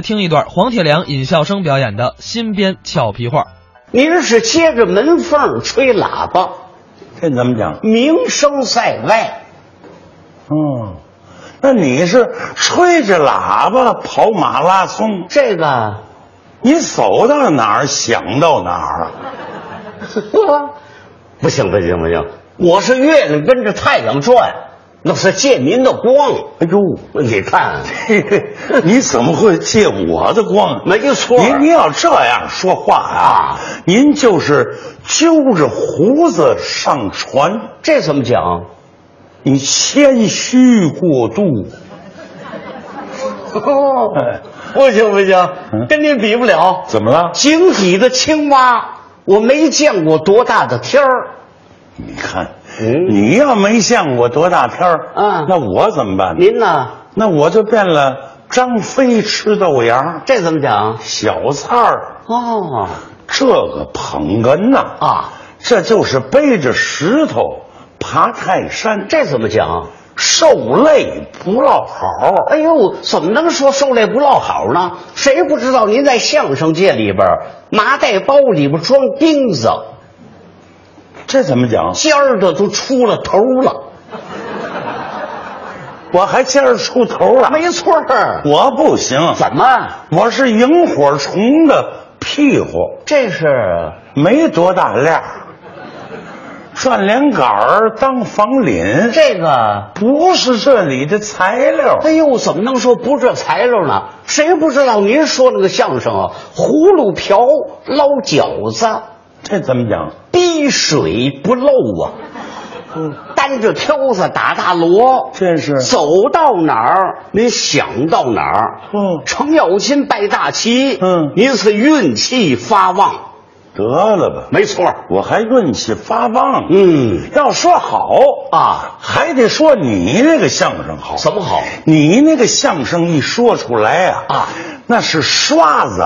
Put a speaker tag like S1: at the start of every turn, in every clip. S1: 听一段黄铁良、尹笑声表演的新编俏皮话。
S2: 您是接着门缝吹喇叭，
S3: 这怎么讲？
S2: 名声在外。
S3: 嗯，那你是吹着喇叭跑马拉松，
S2: 这个，
S3: 你走到哪儿想到哪儿。啊
S2: 不行不行不行，我是月亮跟着太阳转，那是借您的光。
S3: 哎呦，
S2: 你看，
S3: 嘿嘿你怎么会借我的光？
S2: 没错
S3: 您您要这样说话啊
S2: 啊，
S3: 您就是揪着胡子上船，
S2: 这怎么讲？
S3: 你谦虚过度。哎
S2: 不行不行
S3: 嗯，
S2: 跟您比不了。
S3: 怎么了？
S2: 井底的青蛙，我没见过多大的天儿。
S3: 你看，啊
S2: 嗯
S3: 你要没见过多大片儿，
S2: 嗯
S3: 那我怎么办呢？
S2: 您呢？
S3: 那我就变了张飞吃豆芽，
S2: 这怎么讲？
S3: 小菜儿
S2: 哦
S3: 这个捧哏呐
S2: 啊，
S3: 这就是背着石头爬泰山，
S2: 这怎么讲？
S3: 受累不落好。
S2: 哎呦，怎么能说受累不落好呢？谁不知道您在相声界里边儿，麻袋包里边装钉子，
S3: 这怎么讲？
S2: 尖儿的都出了头了。
S3: 我还接着出头了。
S2: 没错儿，
S3: 我不行，
S2: 怎么？
S3: 我是萤火虫的屁股，
S2: 这是
S3: 没多大量儿，转连杆儿当房领，
S2: 这个？
S3: 不是这里的材料。
S2: 哎呦，怎么能说不是材料呢？谁不知道您说那个相声啊？葫芦瓢捞饺子，
S3: 这怎么讲？
S2: 滴水不漏啊。嗯，担着挑子打大锣，
S3: 这是
S2: 走到哪儿您想到哪儿。
S3: 嗯
S2: 程咬金拜大旗，
S3: 嗯
S2: 您是运气发旺，
S3: 得了吧，
S2: 没错儿。
S3: 我还运气发旺。
S2: 嗯
S3: 要说好，
S2: 啊，
S3: 还得说你那个相声好。
S2: 怎么好？
S3: 你那个相声一说出来啊，
S2: 啊
S3: 那是刷子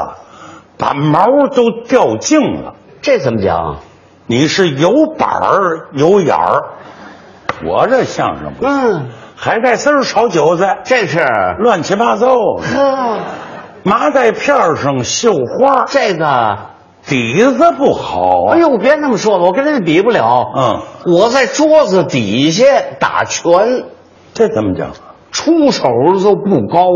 S3: 把毛都掉净了。
S2: 这怎么讲？
S3: 你是有板儿有眼儿，我这相声不
S2: 嗯，
S3: 海带丝儿炒韭菜，
S2: 这是，
S3: 乱七八糟，
S2: 呵，
S3: 麻袋片儿上绣花，
S2: 这个。
S3: 底子不好。啊
S2: 哎，呦，别那么说了，我跟人家比不了。
S3: 嗯，
S2: 我在桌子底下打拳，
S3: 这怎么讲？
S2: 出手都不高。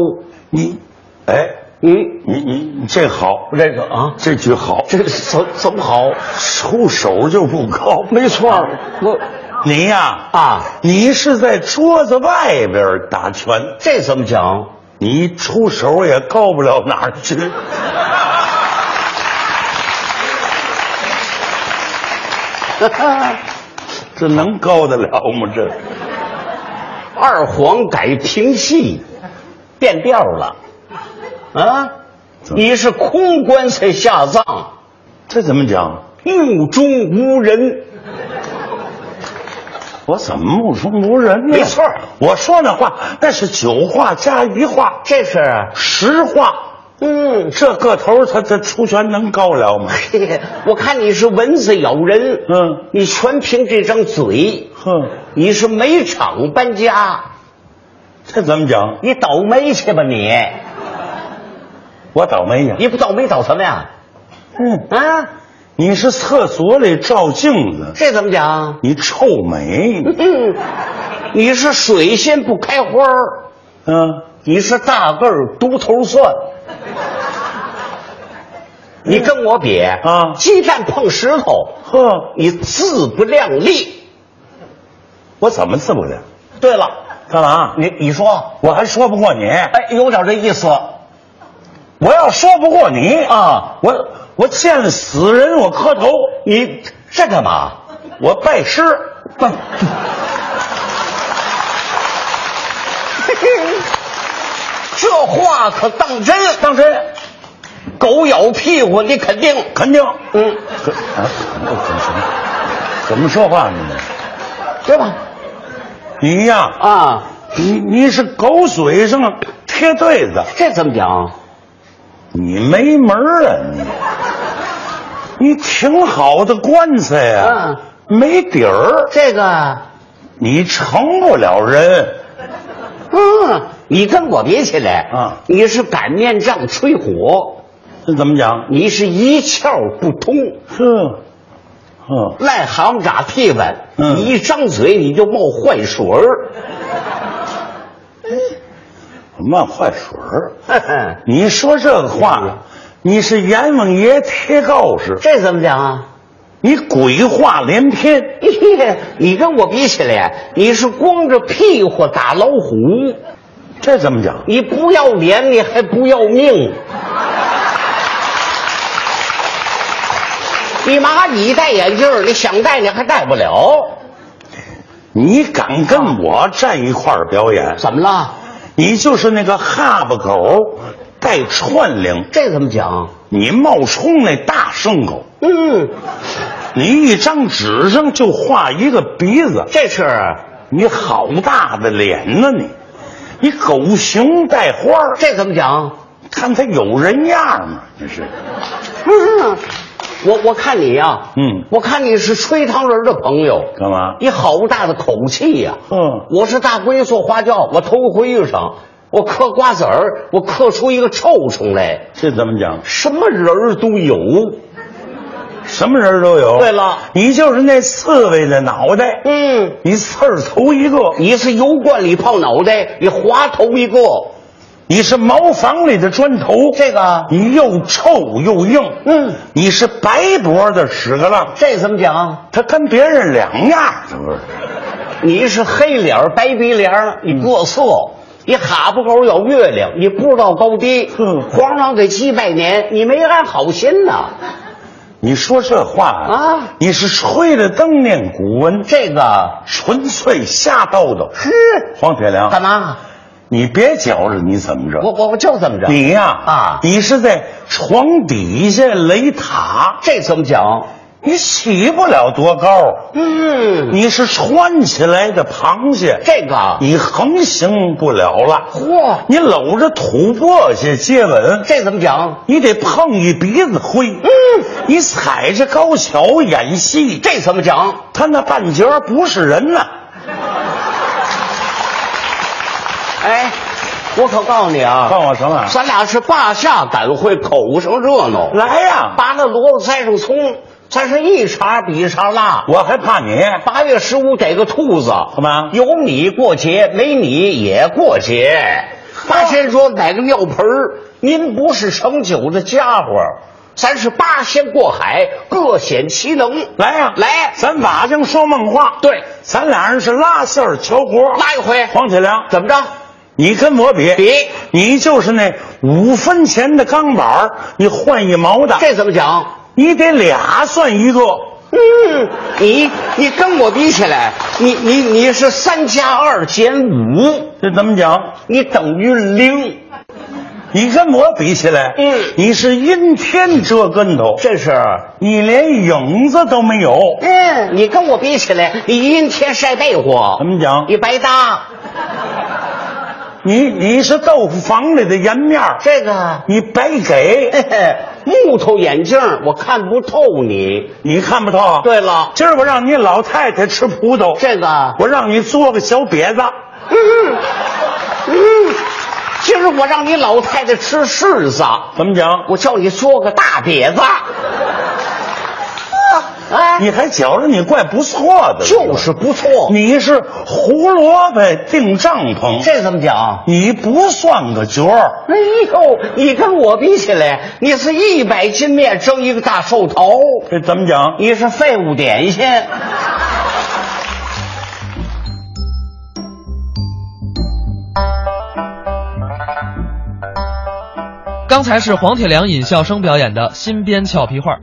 S3: 你，哎，
S2: 嗯，
S3: 你你你这好，
S2: 这个啊，
S3: 这句好，
S2: 这怎怎么好？
S3: 出手就不高。
S2: 没错儿，我
S3: 你呀、
S2: 啊，
S3: 你是在桌子外边打拳，
S2: 这怎么讲？
S3: 你一出手也高不了哪儿去。这能高得了吗？这
S2: 二黄改评戏，变调了。啊，你是空棺材下葬，
S3: 这怎么讲？
S2: 目中无人。
S3: 我怎么目中无人呢？
S2: 没错儿
S3: 我说那话那是九话加一话，
S2: 这啊是，
S3: 十话。
S2: 嗯，
S3: 这个头儿他他出拳能高了吗？
S2: 嘿嘿 我看你是蚊子咬人，
S3: 嗯，
S2: 你全凭这张嘴，
S3: 哼，
S2: 你是煤厂搬家，
S3: 这怎么讲？
S2: 你倒霉去吧你！
S3: 我倒霉呀！
S2: 你不倒霉倒什么呀？
S3: 嗯，
S2: 啊，
S3: 你是厕所里照镜子，
S2: 这怎么讲？
S3: 你臭美，
S2: 嗯，你是水仙不开花儿
S3: 嗯，
S2: 你是大个儿独头蒜。 你跟我比
S3: 啊
S2: 鸡蛋碰石头，
S3: 呵，
S2: 你自不量力。
S3: 我怎么自不了？
S2: 对了，
S3: 干嘛？
S2: 你你说，
S3: 我还说不过你，
S2: 哎，有点这意思
S3: 我要说不过你，
S2: 啊。
S3: 我我见死人我磕头，
S2: 你这干嘛？
S3: 我拜师，
S2: 不， 这话可当真？
S3: 当真
S2: 狗咬屁股，你肯定。
S3: 肯定。
S2: 嗯，
S3: 可啊，怎么怎么说话呢？
S2: 对吧？
S3: 你呀，
S2: 啊，
S3: 你你是狗嘴上贴对子，
S2: 这怎么讲？
S3: 你没门儿啊你！你挺好的棺材呀、没底
S2: 啊
S3: 儿，
S2: 这个，
S3: 你成不了人。
S2: 嗯，你跟我比起来，
S3: 嗯
S2: 你是擀面杖吹火，
S3: 这怎么讲？
S2: 你是一窍不通，
S3: 呵，呵，
S2: 癞蛤蟆打屁股，
S3: 嗯
S2: 你一张嘴你就冒坏水儿。
S3: 冒坏水儿。
S2: 哼哼
S3: 你说这个话，你是阎王爷贴告示，
S2: 这怎么讲啊？
S3: 你鬼话连篇。
S2: 你跟我比起来，你是光着屁股打老虎，
S3: 这怎么讲？
S2: 你不要脸，你还不要命。 你妈，你戴眼镜儿，你想戴你还戴不了，
S3: 你敢跟我站一块儿表演，
S2: 怎么了？
S3: 你就是那个哈巴狗带串铃，
S2: 这怎么讲？
S3: 你冒充那大牲口，
S2: 嗯，
S3: 你一张纸上就画一个鼻子，
S2: 这是
S3: 你好大的脸呐你！你狗熊带花儿
S2: 这怎么讲？
S3: 看他有人样吗？这是，
S2: 嗯，我我看你呀、
S3: 嗯
S2: 我看你是吹糖人的朋友，
S3: 干嘛？
S2: 你好大的口气呀、
S3: 嗯，
S2: 我是大龟做花轿，我头回遇上，我嗑瓜子儿，我嗑出一个臭虫来，
S3: 这怎么讲？
S2: 什么人儿都有。
S3: 哦什么人都有。
S2: 对了，
S3: 你就是那刺猬的脑袋，
S2: 嗯，
S3: 你刺儿头一个；
S2: 你是油罐里泡脑袋，你滑头一个，
S3: 你是茅房里的砖头，
S2: 这个，
S3: 你又臭又硬。
S2: 嗯，
S3: 你是白脖的屎壳郎，
S2: 这怎么讲？
S3: 他跟别人两样，这不是？
S2: 你是黑脸儿白鼻梁儿，
S3: 嗯
S2: 你各色。你哈巴狗咬月亮，你不知道高低。
S3: 哼
S2: 皇上给七百年，你没安好心呐。
S3: 你说这话
S2: 啊
S3: 你是吹着灯念古文，
S2: 这个
S3: 纯粹瞎叨叨。
S2: 是
S3: 黄铁良，
S2: 干嘛？
S3: 你别觉着你怎么着，
S2: 我我我就这么着。
S3: 嗯你呀
S2: 啊
S3: 你是在床底下垒塔，
S2: 这怎么讲？
S3: 你起不了多高。
S2: 嗯，
S3: 你是穿起来的螃蟹，
S2: 这个
S3: 你横行不了了。
S2: 嚯，
S3: 你搂着土拨蟹接吻，
S2: 这怎么讲？
S3: 你得碰一鼻子灰。嗯，你踩着高跷演戏，
S2: 这怎么讲？
S3: 他那半截儿不是人呐。
S2: 哎，我可告诉你啊，
S3: 告诉我什么
S2: 咱俩是霸下赶会，口上热闹，
S3: 来呀、
S2: 拔了萝卜栽上葱，咱是一茬比一茬辣。
S3: 我还怕你
S2: 八月十五逮个兔子，
S3: 干嘛
S2: 有你过节，没你也过节。八仙说买个尿盆儿，您不是盛酒的家伙，咱是八仙过海，各显其能。
S3: 来呀、
S2: 来
S3: 咱瓦匠说梦话。
S2: 对，
S3: 咱俩人是拉线儿求活。
S2: 拉一回，
S3: 黄铁良，
S2: 怎么着？
S3: 你跟我比
S2: 比
S3: 你就是那五分钱的钢板儿你换一毛的，
S2: 这怎么讲？
S3: 你得俩算一个。
S2: 嗯，你你跟我比起来，你你你是三加二减五，
S3: 这怎么讲？
S2: 你等于零，
S3: 你跟我比起来，
S2: 嗯
S3: 你是阴天遮跟头，
S2: 这是。
S3: 你连影子都没有。
S2: 嗯，你跟我比起来，你阴天晒被窝
S3: 怎，么讲？
S2: 你白搭。
S3: 你你是豆腐房里的颜面儿
S2: 这个
S3: 你白给，
S2: 嘿嘿，木头眼镜儿我看不透你。
S3: 你看不透啊。
S2: 对了，
S3: 今儿我让你老太太吃葡萄，
S2: 这个，
S3: 我让你做个小瘪子，
S2: 嗯，今儿我让你老太太吃柿子，
S3: 怎么讲？
S2: 我叫你做个大瘪子。啊哎，
S3: 你还觉着你怪不错的，
S2: 就是不错。
S3: 你是胡萝卜定帐篷，
S2: 这怎么讲？
S3: 你不算个角儿。
S2: 哎呦，你跟我比起来，你是一百斤面蒸一个大寿桃，
S3: 这怎么讲？
S2: 你是废物点心。
S1: 刚才是黄铁良尹笑声表演的新编俏皮话。